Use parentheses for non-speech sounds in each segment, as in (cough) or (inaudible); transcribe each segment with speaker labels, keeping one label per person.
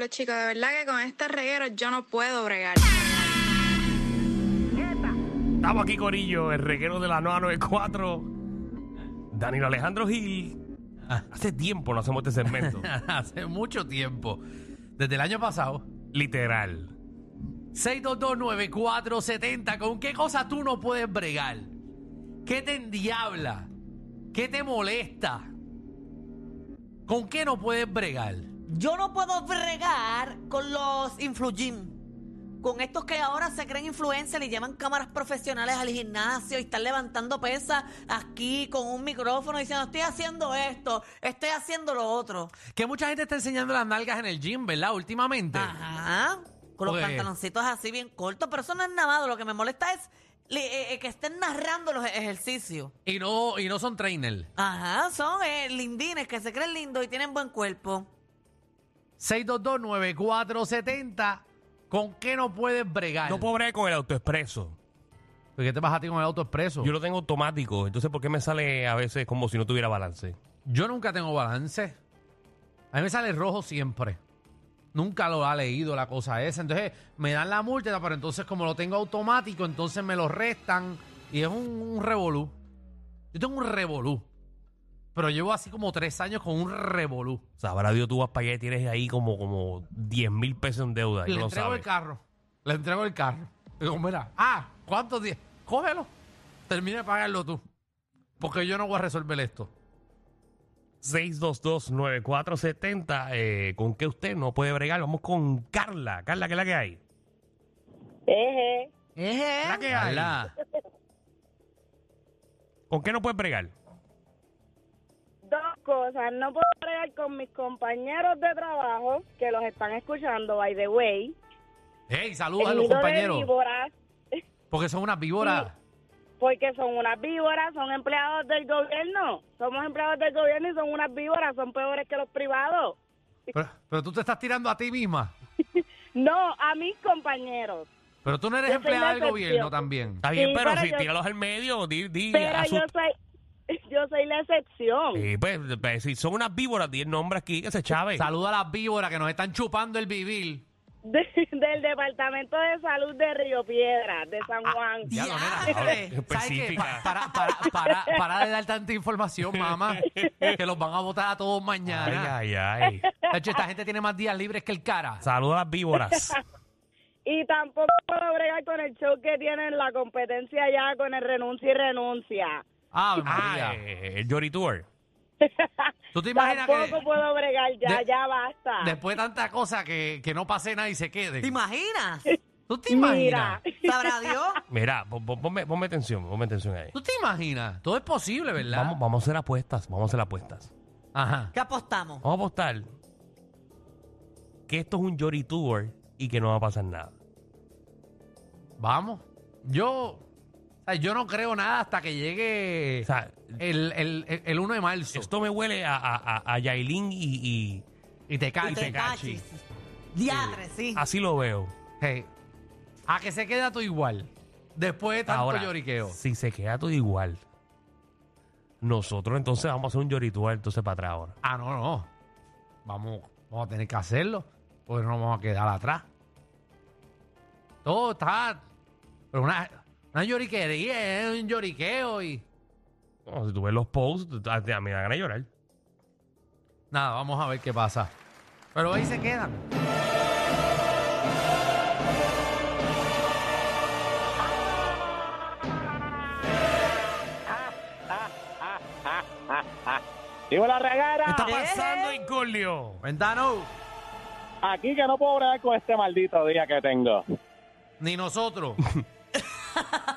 Speaker 1: Los chicos, de verdad que con este reguero yo no puedo bregar.
Speaker 2: Estamos aquí, Corillo, el reguero de la 994. Danilo Alejandro Gil.
Speaker 3: Ah.
Speaker 2: Hace tiempo no hacemos este
Speaker 3: (laughs)
Speaker 2: segmento.
Speaker 3: Hace mucho tiempo. Desde el año pasado.
Speaker 2: Literal.
Speaker 3: 6229470. ¿Con qué cosas tú no puedes bregar? ¿Qué te endiabla? ¿Qué te molesta? ¿Con qué no puedes bregar?
Speaker 4: Yo no puedo bregar con los influjim, con estos que ahora se creen influencers y llevan cámaras profesionales al gimnasio y están levantando pesas aquí con un micrófono diciendo estoy haciendo esto, estoy haciendo lo otro.
Speaker 3: Que mucha gente está enseñando las nalgas en el gym, ¿verdad? Últimamente.
Speaker 4: Ajá, con los
Speaker 3: Oye.
Speaker 4: pantaloncitos así bien cortos, pero eso no es nada malo, lo que me molesta es li- eh, eh, que estén narrando los ejercicios.
Speaker 3: Y no, y no son trainer.
Speaker 4: Ajá, son eh, lindines que se creen lindos y tienen buen cuerpo.
Speaker 3: 6229470. ¿Con qué no puedes bregar?
Speaker 2: No puedo bregar con el autoexpreso.
Speaker 3: ¿Por qué te vas a ti con el auto expreso?
Speaker 2: Yo lo tengo automático, entonces ¿por qué me sale a veces como si no tuviera balance?
Speaker 3: Yo nunca tengo balance. A mí me sale rojo siempre. Nunca lo ha leído la cosa esa. Entonces me dan la multa, pero entonces como lo tengo automático, entonces me lo restan. Y es un, un revolú. Yo tengo un revolú. Pero llevo así como tres años con un revolú.
Speaker 2: Sabrá Dios, tú vas para allá y tienes ahí como, como 10 mil pesos en deuda. Y
Speaker 3: Le
Speaker 2: no lo
Speaker 3: entrego
Speaker 2: sabes.
Speaker 3: el carro. Le entrego el carro. Digo, mira, ah, ¿cuántos días? Cógelo. Termina de pagarlo tú. Porque yo no voy a resolver esto.
Speaker 2: 622-9470. Eh, ¿Con qué usted no puede bregar? Vamos con Carla. Carla, ¿qué es la que hay?
Speaker 5: Eje, ¿Eh?
Speaker 4: Eje.
Speaker 2: ¿La que hay?
Speaker 3: Ala.
Speaker 2: ¿Con qué no puedes bregar?
Speaker 5: dos cosas. No puedo bregar con mis compañeros de trabajo, que los están escuchando, by the way.
Speaker 3: Hey, saludos a
Speaker 5: El
Speaker 3: los
Speaker 5: nido de
Speaker 3: compañeros.
Speaker 5: víboras,
Speaker 3: Porque son unas víboras.
Speaker 5: porque son unas víboras, son empleados del gobierno. Somos empleados del gobierno y son unas víboras, son peores que los privados.
Speaker 3: Pero, pero tú te estás tirando a ti misma.
Speaker 5: No, a mis compañeros.
Speaker 3: Pero tú no eres
Speaker 5: Yo soy la
Speaker 3: empleada del
Speaker 5: excepción.
Speaker 3: gobierno también.
Speaker 2: Está bien,
Speaker 5: Sí,
Speaker 2: pero
Speaker 5: pero
Speaker 2: si
Speaker 5: yo-
Speaker 2: tíralos al medio, di, di,
Speaker 5: Pero
Speaker 2: asu-
Speaker 5: yo soy, (laughs) yo soy la excepción.
Speaker 2: Eh, pues, pues, si son unas víboras, 10 nombres aquí que se chave.
Speaker 3: Saluda a las víboras que nos están chupando el vivir.
Speaker 5: (laughs) De- del Departamento de Salud de Río Piedra, de San Juan.
Speaker 3: Ah, Ya
Speaker 2: (laughs)
Speaker 3: lo
Speaker 2: Ahora,
Speaker 3: ¿Sabes qué?
Speaker 2: específica.
Speaker 3: Pa- Para, para, para, para de dar tanta información, mamá. Que los van a votar a todos
Speaker 2: Ay,
Speaker 3: mañana.
Speaker 2: ay, ay.
Speaker 3: De hecho, esta gente tiene más días libres que el cara.
Speaker 2: Saluda a las víboras.
Speaker 5: Y tampoco puedo bregar con el show que tienen la competencia ya con el renuncia y renuncia.
Speaker 3: Ah,
Speaker 2: Ah,
Speaker 3: (laughs) María.
Speaker 2: eh, el Jory Tour.
Speaker 3: ¿Tú te imaginas
Speaker 5: Tampoco
Speaker 3: que
Speaker 5: puedo bregar ya,
Speaker 3: De-
Speaker 5: ya basta.
Speaker 3: después de tanta cosa que, que no pase nada y se quede?
Speaker 4: ¿Te imaginas?
Speaker 3: ¿Tú te imaginas?
Speaker 5: Mira.
Speaker 4: ¿Sabrá Dios?
Speaker 2: Mira, pon- pon- ponme, ponme atención, ponme atención ahí.
Speaker 3: ¿Tú te imaginas? Todo es posible, ¿verdad?
Speaker 2: Vamos, vamos a hacer apuestas, vamos a hacer apuestas.
Speaker 3: Ajá.
Speaker 4: ¿Qué apostamos?
Speaker 2: Vamos a apostar que esto es un Jory Tour y que no va a pasar nada.
Speaker 3: Vamos. Yo, o sea, yo no creo nada hasta que llegue
Speaker 2: O sea,
Speaker 3: el, el- el- el 1 de marzo
Speaker 2: esto me huele a, a, a- a Yailin y, y
Speaker 3: y te
Speaker 4: Y
Speaker 3: cae.
Speaker 4: te cachis. Diatre, sí.
Speaker 3: Ah.
Speaker 2: así lo veo.
Speaker 3: Hey. A que se queda todo igual. Después de tanto
Speaker 2: Ahora,
Speaker 3: lloriqueo.
Speaker 2: si se queda todo igual, nosotros entonces vamos a hacer un Jory Tour entonces para atrás ahora.
Speaker 3: Ah, no, no. Vamos, vamos a tener que hacerlo. Porque no nos vamos a quedar atrás. Todo está. Pero una, una lloriquería, es un lloriqueo y.
Speaker 2: No, si tú ves los posts, tú- a, a mí me dan ganas de llorar.
Speaker 3: Nada, vamos a ver qué pasa. Pero ahí se quedan.
Speaker 5: ¡Digo la regara!
Speaker 2: ¿Qué está pasando, Incordio?
Speaker 3: Cuéntanos.
Speaker 5: Aquí que no puedo bregar con este maldito día que tengo.
Speaker 3: Ni nosotros.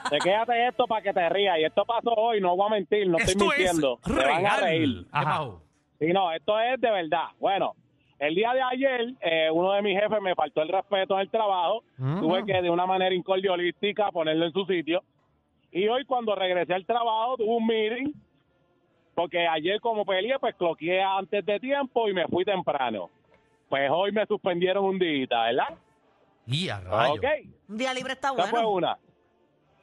Speaker 5: Te quédate esto para que te rías. Y esto pasó hoy, no voy a mentir, no estoy mintiendo.
Speaker 2: es
Speaker 5: Te van a reír.
Speaker 2: real.
Speaker 3: ¿Qué
Speaker 2: Ajá.
Speaker 3: pasó?
Speaker 5: Sí, no, esto es de verdad. Bueno, el día de ayer, eh, uno de mis jefes me faltó el respeto en el trabajo.
Speaker 3: Ujú.
Speaker 5: Tuve que, de una manera incordiolística, ponerlo en su sitio. Y hoy, cuando regresé al trabajo, tuve un meeting. Porque ayer, como peleé, pues cloqueé antes de tiempo y me fui temprano. Pues hoy me suspendieron un día, ¿verdad?
Speaker 3: Y a rayos.
Speaker 5: Ok.
Speaker 4: Un día libre está
Speaker 5: Esa fue
Speaker 4: bueno.
Speaker 5: una.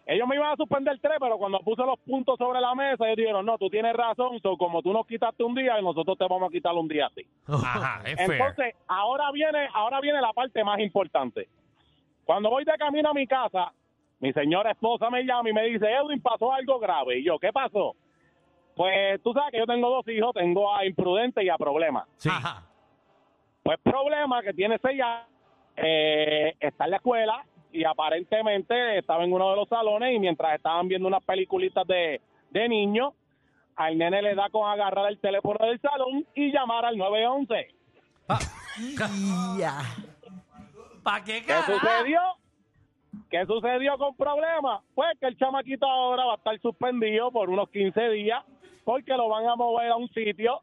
Speaker 5: Ellos me iban a suspender tres, pero cuando puse los puntos sobre la mesa, ellos dijeron, no, tú tienes razón, so, como tú nos quitaste un día, nosotros te vamos a quitar un día a ti.
Speaker 2: Ajá,
Speaker 3: eh,
Speaker 2: es fair.
Speaker 5: Entonces, ahora viene, ahora viene la parte más importante. Cuando voy de camino a mi casa, mi señora esposa me llama y me dice, Edwin, pasó algo grave. Y yo, ¿qué pasó? Pues tú sabes que yo tengo dos hijos, tengo a Imprudente y a Problema.
Speaker 2: Sí.
Speaker 3: Ajá.
Speaker 5: Pues Problema, que tiene seis años, eh, está en la escuela y aparentemente estaba en uno de los salones y mientras estaban viendo unas peliculitas de, de niños, al nene le da con agarrar el teléfono del salón y llamar al 911.
Speaker 4: Ya.
Speaker 3: ¿Para qué
Speaker 5: ¿Qué sucedió? ¿Qué sucedió con problemas? Pues que el chamaquito ahora va a estar suspendido por unos 15 días porque lo van a mover a un sitio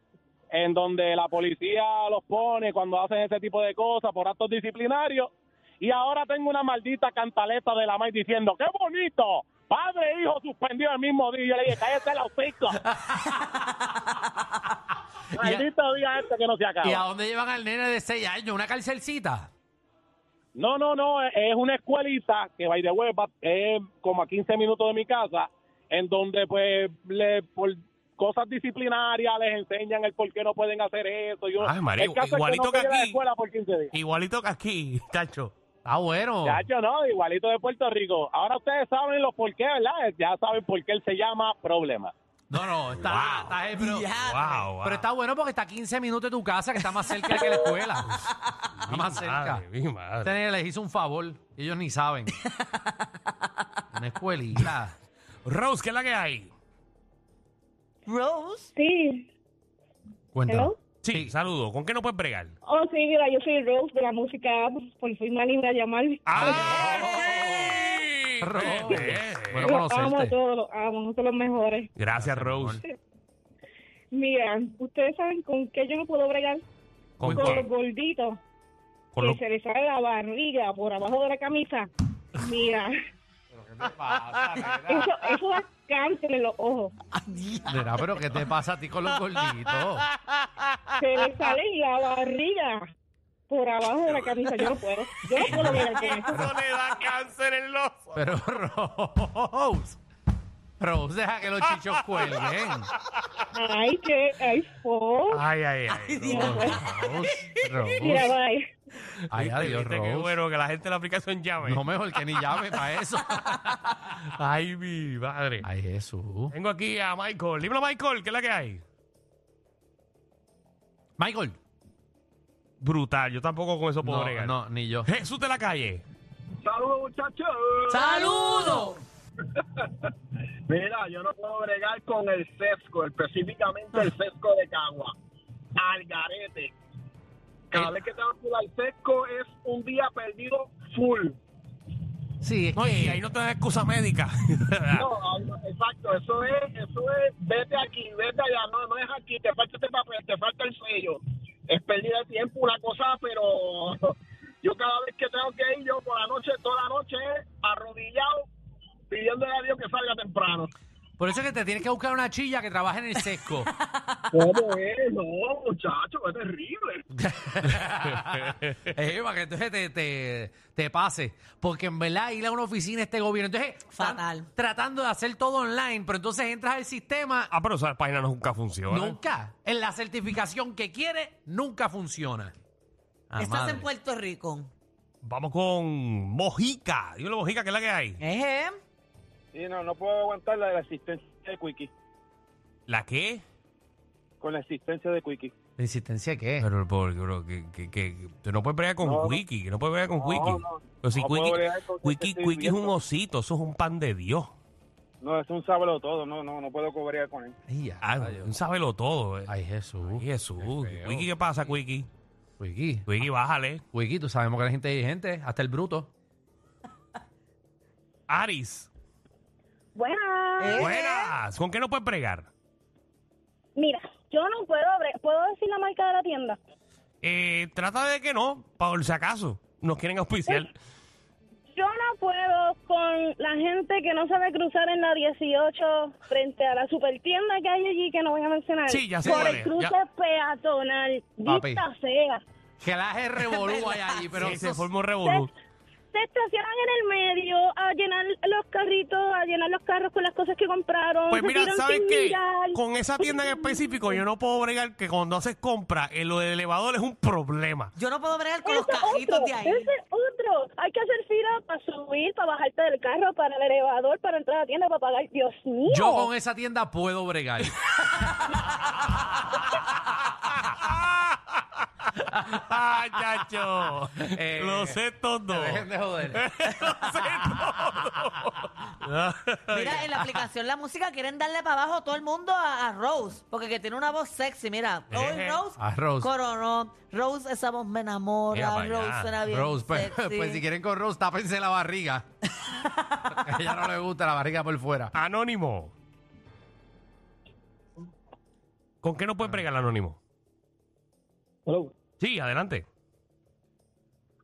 Speaker 5: en donde la policía los pone cuando hacen ese tipo de cosas por actos disciplinarios. Y ahora tengo una maldita cantaleta de la MAI diciendo, ¡qué bonito! Padre e hijo suspendido el mismo día. Yo le dije, cállate la hocico. Maldito día este que no se acaba.
Speaker 3: ¿Y a dónde llevan al nene de 6 años? ¿Una cárcelcita?
Speaker 5: No, no, no, es una escuelita que by the way va- es como a 15 minutos de mi casa, en donde pues le, por cosas disciplinarias les enseñan el por qué no pueden hacer eso. Yo,
Speaker 2: Ay, María,
Speaker 5: el caso es que
Speaker 2: igualito
Speaker 5: no
Speaker 2: que
Speaker 5: se llega a la
Speaker 2: aquí.
Speaker 5: escuela por 15 días.
Speaker 2: Igualito que aquí, Tacho.
Speaker 3: Está bueno.
Speaker 5: Chacho, no, igualito de Puerto Rico. Ahora ustedes saben los por qué, ¿verdad? Ya saben por qué él se llama problema.
Speaker 3: No, no, está,
Speaker 2: Wow.
Speaker 3: está ahí, pero,
Speaker 4: Ya.
Speaker 2: Wow, wow.
Speaker 3: pero está bueno porque está a 15 minutos de tu casa, que está más cerca que la escuela.
Speaker 5: (laughs)
Speaker 3: está
Speaker 2: Mi
Speaker 3: más cerca.
Speaker 2: madre, mi madre.
Speaker 3: Este nene les hizo un favor, y ellos ni saben. Una escuelita.
Speaker 2: Rose, ¿qué es la que hay?
Speaker 4: Rose.
Speaker 6: Sí,
Speaker 3: Cuéntanos.
Speaker 6: Hello.
Speaker 2: Sí, saludo. ¿Con qué no puedes bregar?
Speaker 6: oh sí, mira, yo soy Rose de la música, pues, app, por fin me animé a llamar.
Speaker 2: ¡Ay, Ah, sí!
Speaker 3: Rose.
Speaker 2: Eh, eh.
Speaker 3: Bueno,
Speaker 6: Los amo a
Speaker 3: conocerte.
Speaker 6: todos, los amo, son los mejores.
Speaker 2: Gracias, Rose.
Speaker 6: Mira, ustedes saben con qué yo no puedo bregar,
Speaker 2: Con,
Speaker 6: con
Speaker 2: con-
Speaker 6: los gorditos,
Speaker 2: con lo-
Speaker 6: que se les sale la barriga por abajo de la camisa. Mira,
Speaker 5: (laughs)
Speaker 6: eso, eso da cáncer en los ojos.
Speaker 3: Nena, pero ¿qué te pasa a ti con los gorditos?
Speaker 6: Se les sale la barriga por abajo de la camisa, yo no puedo, yo no puedo bregar con eso.
Speaker 2: (laughs) Eso le da cáncer en los ojos.
Speaker 3: Pero (laughs) Rose, Rose, deja que los chichos cuelguen.
Speaker 6: Ay, qué, ay, po.
Speaker 2: Ay, ay, ay. Rose.
Speaker 3: Rose,
Speaker 6: Mira,
Speaker 3: Rose.
Speaker 6: bye.
Speaker 3: Ay,
Speaker 2: ¿Viste,
Speaker 3: adiós,
Speaker 2: viste qué
Speaker 3: Rose.
Speaker 2: bueno eh. que la gente de la aplicación llame.
Speaker 3: No mejor que ni llame para
Speaker 2: (laughs)
Speaker 3: eso.
Speaker 2: Ay, mi madre.
Speaker 3: Ay, Jesús.
Speaker 2: Tengo aquí a Michael. Dímelo, Michael, ¿qué es la que hay?
Speaker 3: Michael.
Speaker 2: Brutal, yo tampoco con eso puedo
Speaker 3: No,
Speaker 2: bregar.
Speaker 3: no, ni yo.
Speaker 2: Jesús de la calle.
Speaker 7: Saludos, muchachos.
Speaker 4: Saludos.
Speaker 7: Mira, yo no puedo bregar con el sesco, específicamente el sesco de Cagua. Al garete. Cada vez que te vas a al sesco es un día perdido full.
Speaker 3: Sí, es
Speaker 2: No, y ahí no te da excusa médica. (laughs)
Speaker 7: No, ahí no- exacto, eso es, eso es, vete aquí, vete allá, no, no es aquí, te falta este papel, te falta el sello. Es pérdida de tiempo, una cosa, pero (laughs) yo cada vez que tengo que ir, yo por la noche, toda la noche, arrodillado, pidiéndole a Dios que salga temprano.
Speaker 3: Por eso es que te tienes que buscar una chilla que trabaje en el sesco.
Speaker 2: (laughs)
Speaker 3: (laughs)
Speaker 7: ¿Cómo es? No, muchacho, es terrible.
Speaker 3: Eh, para que entonces te, te, te pase. Porque en verdad ir a una oficina este gobierno. Entonces, están
Speaker 4: Fatal.
Speaker 3: Tratando de hacer todo online, pero entonces entras al sistema.
Speaker 2: ah, pero esa página nunca funciona.
Speaker 3: Nunca. En la certificación que quieres, nunca funciona. Ah,
Speaker 4: Estás
Speaker 3: madre.
Speaker 4: en Puerto Rico.
Speaker 2: Vamos con Mojica. Dímelo, Mojica, ¿qué es la que hay?
Speaker 4: Eje.
Speaker 5: Sí, no, no puedo aguantar la, asistencia de Quickie,
Speaker 2: ¿La qué?
Speaker 5: con la asistencia de Quickie.
Speaker 3: ¿La insistencia qué?
Speaker 2: Pero, por- pero que, que, que- tú no puedes bregar con
Speaker 5: No, no.
Speaker 2: Wiki, que no puedes bregar con
Speaker 5: No,
Speaker 2: Wiki.
Speaker 5: no,
Speaker 2: Pero si
Speaker 5: no puedo
Speaker 2: Wiki,
Speaker 5: bregar con este
Speaker 2: Wiki,
Speaker 5: gente
Speaker 2: Wiki es un
Speaker 5: sirviendo.
Speaker 2: osito, eso es un pan de Dios.
Speaker 5: No, es un sábado todo, no, no, no puedo cobrar con él.
Speaker 3: Ay, ya,
Speaker 2: Ah,
Speaker 3: rayos.
Speaker 2: un sábelo todo. eh. Ay,
Speaker 3: Ay, Jesús.
Speaker 2: Jesús.
Speaker 3: qué feo.
Speaker 2: Wiki, ¿qué pasa, Wiki?
Speaker 3: Wiki.
Speaker 2: Wiki, bájale.
Speaker 3: Wiki, tú sabemos que eres inteligente, hasta el bruto.
Speaker 2: Aris,
Speaker 6: Buenas.
Speaker 2: Eh. buenas. ¿Con qué no puedes bregar?
Speaker 6: Mira, yo no puedo, abre- ¿puedo decir la marca de la tienda?
Speaker 2: Eh, trata de que no, por si acaso. Nos quieren auspiciar.
Speaker 6: Yo no puedo con la gente que no sabe cruzar en la 18 frente a la super tienda que hay allí que no voy a mencionar.
Speaker 2: Sí, ya sé
Speaker 6: Por
Speaker 2: cuál
Speaker 6: el
Speaker 2: es,
Speaker 6: cruce
Speaker 2: ya.
Speaker 6: peatonal,
Speaker 3: Papi.
Speaker 6: vista sea.
Speaker 3: (laughs) Que la es revolú hay allí, pero
Speaker 2: Sí,
Speaker 3: eso
Speaker 2: se
Speaker 3: es-
Speaker 2: formó un revolú.
Speaker 6: Se, se estacionan en el medio a llenar los carritos, a llenar los carros con las cosas que compraron.
Speaker 2: Pues
Speaker 6: se
Speaker 2: mira,
Speaker 6: tiran
Speaker 2: ¿sabes
Speaker 6: sin
Speaker 2: qué?
Speaker 6: mirar.
Speaker 2: Con esa tienda en específico yo no puedo bregar que cuando haces compra, en lo del elevador es un
Speaker 4: (laughs)
Speaker 2: problema. (laughs)
Speaker 4: Yo no puedo bregar con los
Speaker 6: Ese es
Speaker 4: cajitos
Speaker 6: otro,
Speaker 4: de ahí.
Speaker 6: Ese es otro. Hay que hacer fila para subir, para bajarte del carro, para el elevador, para entrar a la tienda, para pagar. Dios mío.
Speaker 3: Yo con esa tienda puedo (laughs) bregar.
Speaker 2: ¡Ah, chacho!
Speaker 3: Eh,
Speaker 2: lo sé todo.
Speaker 3: Dejen de (laughs) joder.
Speaker 2: lo sé todo.
Speaker 4: Mira, en la aplicación La Música quieren darle para abajo todo el mundo a, a Rose, porque que tiene una voz sexy, mira. Hoy
Speaker 2: Eh,
Speaker 4: Rose,
Speaker 3: a Ah, Rose.
Speaker 4: coronó. Rose, esa voz me
Speaker 2: Mira
Speaker 4: enamora.
Speaker 2: para
Speaker 4: Rose
Speaker 2: allá.
Speaker 4: suena bien
Speaker 3: Rose, pues, (laughs)
Speaker 4: sexy.
Speaker 3: pues si quieren con Rose, tápense la
Speaker 4: (laughs)
Speaker 3: barriga. a ella no le gusta la barriga por fuera.
Speaker 2: Anónimo. ¿Con qué no puede bregar el anónimo?
Speaker 8: Hello.
Speaker 2: Sí, adelante.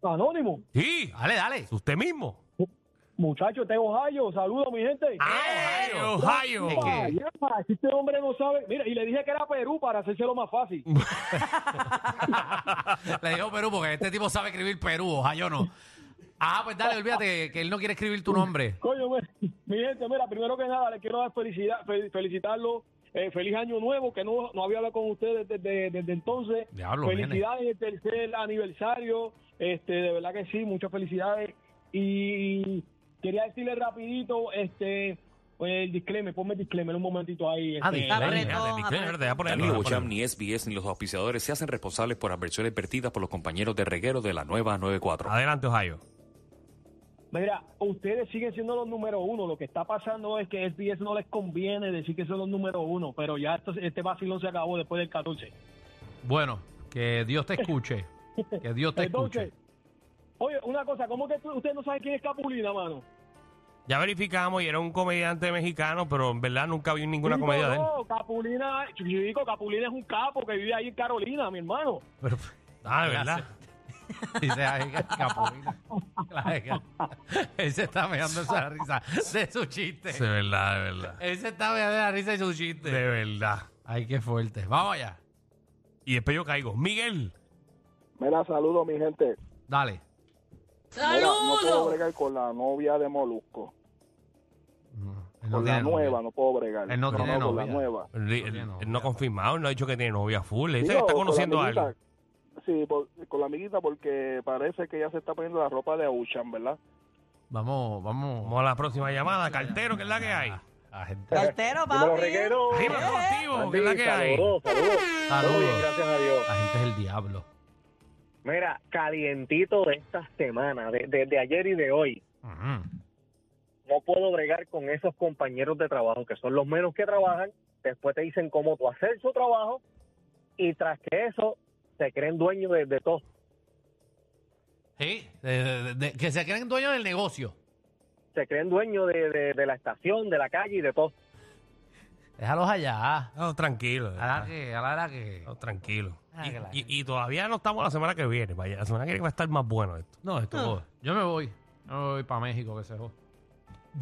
Speaker 8: Anónimo.
Speaker 2: Sí,
Speaker 3: Dale, dale.
Speaker 2: usted mismo.
Speaker 8: Muchachos, de Ohio. Saludos, mi gente.
Speaker 2: Ah, Ohio.
Speaker 3: Es que-
Speaker 8: Ay, apa, este hombre no sabe. Mira, y le dije que era Perú para hacérselo más fácil.
Speaker 3: Le digo Perú porque este tipo sabe escribir Perú, ojalá yo no. Ah, pues dale, olvídate que él no quiere escribir tu nombre.
Speaker 8: Coño, güey. mi gente, mira, primero que nada, le quiero dar felicidad, fel- felicitarlo. Eh, feliz año nuevo, que no, no había hablado con ustedes desde, desde entonces.
Speaker 3: Diablo, nene.
Speaker 8: felicidades, el tercer aniversario. Este, de verdad que sí, muchas felicidades. Y quería decirle rapidito, este, el disclaimer, ponme el disclaimer un momentito ahí.
Speaker 2: Ah,
Speaker 8: este.
Speaker 2: disclaimer,
Speaker 4: apretó,
Speaker 2: ah, disclaimer,
Speaker 4: apretó.
Speaker 2: te voy a poner-
Speaker 9: Danilo
Speaker 2: te voy a
Speaker 9: Bocham,
Speaker 2: poner.
Speaker 9: ni SBS, ni los auspiciadores se hacen responsables por adversiones vertidas por los compañeros de reguero de la nueva 94.
Speaker 2: Adelante, Ohio.
Speaker 8: Mira, ustedes siguen siendo los número uno. Lo que está pasando es que SBS no les conviene decir que son los número uno, pero ya esto- este vacilón se acabó después del 14.
Speaker 3: Bueno, que Dios te escuche. Que Dios te
Speaker 8: Entonces,
Speaker 3: escuche.
Speaker 8: oye, una cosa, ¿cómo que tú- ustedes no saben quién es Capulina, mano?
Speaker 2: Ya verificamos y era un comediante mexicano, pero en verdad nunca vi ninguna
Speaker 8: Chico,
Speaker 2: comedia de él.
Speaker 8: no, Capulina, chico, Capulina es un capo que vive ahí en Carolina, mi hermano.
Speaker 3: Pero,
Speaker 2: Ah, de verdad.
Speaker 3: (laughs) dice, ay,
Speaker 2: (laughs)
Speaker 3: Capulina. Ay, Cap- Él se está meando esa risa de su chiste.
Speaker 2: De verdad, de verdad.
Speaker 3: Él se está meando la risa de su chiste.
Speaker 2: De verdad.
Speaker 3: Ay, qué fuerte. Vamos allá.
Speaker 2: Y después yo caigo. Miguel.
Speaker 10: Mira, saludo mi gente.
Speaker 3: Dale.
Speaker 10: Mira, no puedo
Speaker 4: ¡Saludos!
Speaker 10: bregar con la novia de Molusco.
Speaker 3: No, él no
Speaker 10: Con la
Speaker 3: tiene novia.
Speaker 10: nueva no puedo bregar.
Speaker 3: Él no tiene
Speaker 10: con
Speaker 3: novia.
Speaker 10: la nueva.
Speaker 2: Él,
Speaker 3: tiene
Speaker 2: él
Speaker 3: novia.
Speaker 2: no ha confirmado, no ha dicho que tiene novia full. Él se
Speaker 10: Digo,
Speaker 2: está
Speaker 10: con la
Speaker 2: conociendo a
Speaker 10: amiguita.
Speaker 2: alguien.
Speaker 10: Sí, por- con la amiguita porque parece que ella se está poniendo la ropa de Ocean, ¿verdad?
Speaker 3: Vamos, vamos.
Speaker 2: Vamos a la próxima llamada. Cartero, que es la que hay.
Speaker 3: La gente.
Speaker 4: Cartero,
Speaker 8: Dímelo,
Speaker 4: papi. Eh,
Speaker 8: reguero.
Speaker 10: eh.
Speaker 2: Arriba,
Speaker 3: pues,
Speaker 2: contigo, que es la que hay.
Speaker 5: Saludos, saludos. Todo bien,
Speaker 3: Saludos.
Speaker 5: gracias a Dios.
Speaker 3: La gente es el diablo.
Speaker 5: Mira, calientito de esta semana, de, de- de ayer y de hoy.
Speaker 3: Ujú.
Speaker 5: No puedo bregar con esos compañeros de trabajo que son los menos que trabajan. Después te dicen cómo tú hacer su trabajo y tras que eso se creen dueños de, de todo.
Speaker 3: Sí, de- de- de- que se creen dueños del negocio.
Speaker 5: Se creen dueños de, de- de la estación, de la calle y de todo.
Speaker 3: Déjalos allá.
Speaker 2: No, tranquilo. de
Speaker 3: A la
Speaker 2: verdad.
Speaker 3: que, a la que.
Speaker 2: No, tranquilo.
Speaker 3: Ah,
Speaker 2: Y-
Speaker 3: claro.
Speaker 2: Y, y todavía no estamos la semana que viene. Vaya, la semana que viene va a estar más bueno esto. Ah.
Speaker 3: No, esto. Ah. Yo me voy. Yo me voy para México, que se joda.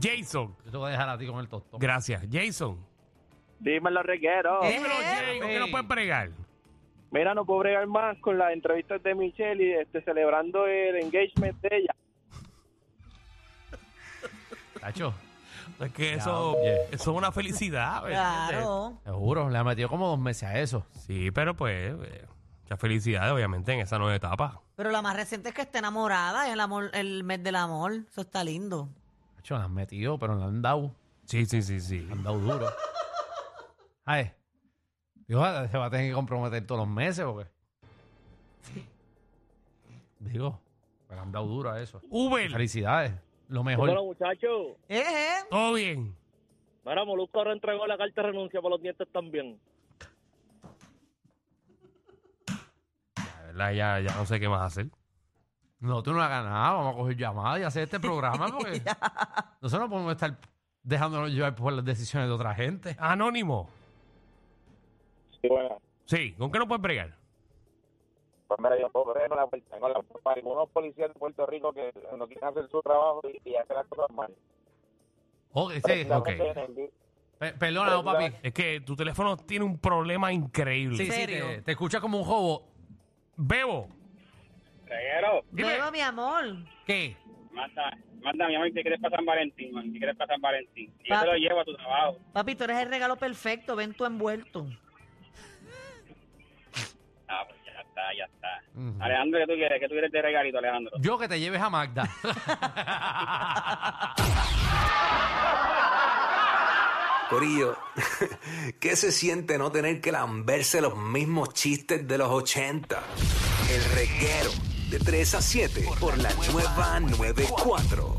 Speaker 2: Jason.
Speaker 3: Yo te voy a dejar a ti con el tostón.
Speaker 2: Gracias. Jason.
Speaker 10: Dímelo, reguero.
Speaker 4: Eh,
Speaker 2: Dímelo, Jay, ¿con qué nos pueden pregar?
Speaker 10: Mira, no puedo bregar más con las entrevistas de Michelle y este, celebrando el engagement de ella.
Speaker 3: Tacho,
Speaker 2: Es que eso,
Speaker 3: oye.
Speaker 2: eso es una felicidad. ¿verdad?
Speaker 4: Claro.
Speaker 3: te juro, le ha metido como dos meses a eso.
Speaker 2: Sí, pero pues, eh, muchas felicidades, obviamente, en esa nueva etapa.
Speaker 4: Pero la más reciente es que está enamorada, es el amor, el mes del amor. Eso está lindo.
Speaker 3: Tacho, le han metido, pero le han dado.
Speaker 2: Sí, sí, sí, sí.
Speaker 3: Le han dado duro. (laughs) Ay. Digo, ah, se va a tener que comprometer todos los meses, porque. Digo, pero le han dado duro a eso.
Speaker 2: Uber,
Speaker 3: Felicidades. Lo
Speaker 5: Bueno,
Speaker 3: mejor.
Speaker 5: muchachos,
Speaker 4: Eh, eh.
Speaker 2: todo bien.
Speaker 5: mira, Molusco ahora entregó la carta de renuncia para los dientes también.
Speaker 2: La verdad, ya, ya no sé qué más hacer.
Speaker 3: No, tú no has ganado. Vamos a coger llamadas y hacer este programa porque nosotros no podemos estar dejándonos llevar por las decisiones de otra gente.
Speaker 2: Anónimo.
Speaker 10: Y bueno,
Speaker 2: Sí, ¿con qué no pueden pregar?
Speaker 10: Pues mira, yo puedo bregar con la puerta, con la- con algunos policías de Puerto Rico que no quieren hacer su trabajo y, y hacen las cosas mal.
Speaker 3: Ok, sí,
Speaker 2: Ok.
Speaker 3: Pe- perdona, no, papi.
Speaker 2: Es que tu teléfono tiene un problema increíble.
Speaker 3: Sí, sí,
Speaker 4: serio?
Speaker 3: te, te escuchas como un jobo.
Speaker 2: Bebo.
Speaker 5: Reguero,
Speaker 2: Dime.
Speaker 4: Beba, mi amor.
Speaker 3: ¿Qué?
Speaker 5: Manda, manda, mi amor, ¿qué quieres para San Valentín, man? ¿Qué quieres para San Valentín? Y yo
Speaker 4: Papi.
Speaker 5: te lo llevo a tu trabajo.
Speaker 4: Papi, tú eres el regalo perfecto, ven tú envuelto.
Speaker 5: Ah, pues ya está, ya está. Alejandro, ¿qué tú quieres? ¿Qué tú quieres de regalito, Alejandro?
Speaker 3: Yo que te lleves a Magda.
Speaker 11: Corillo, ¿qué se siente no tener que lamberse los mismos chistes de los 80? El reguero de 3 a 7 por la nueva 94.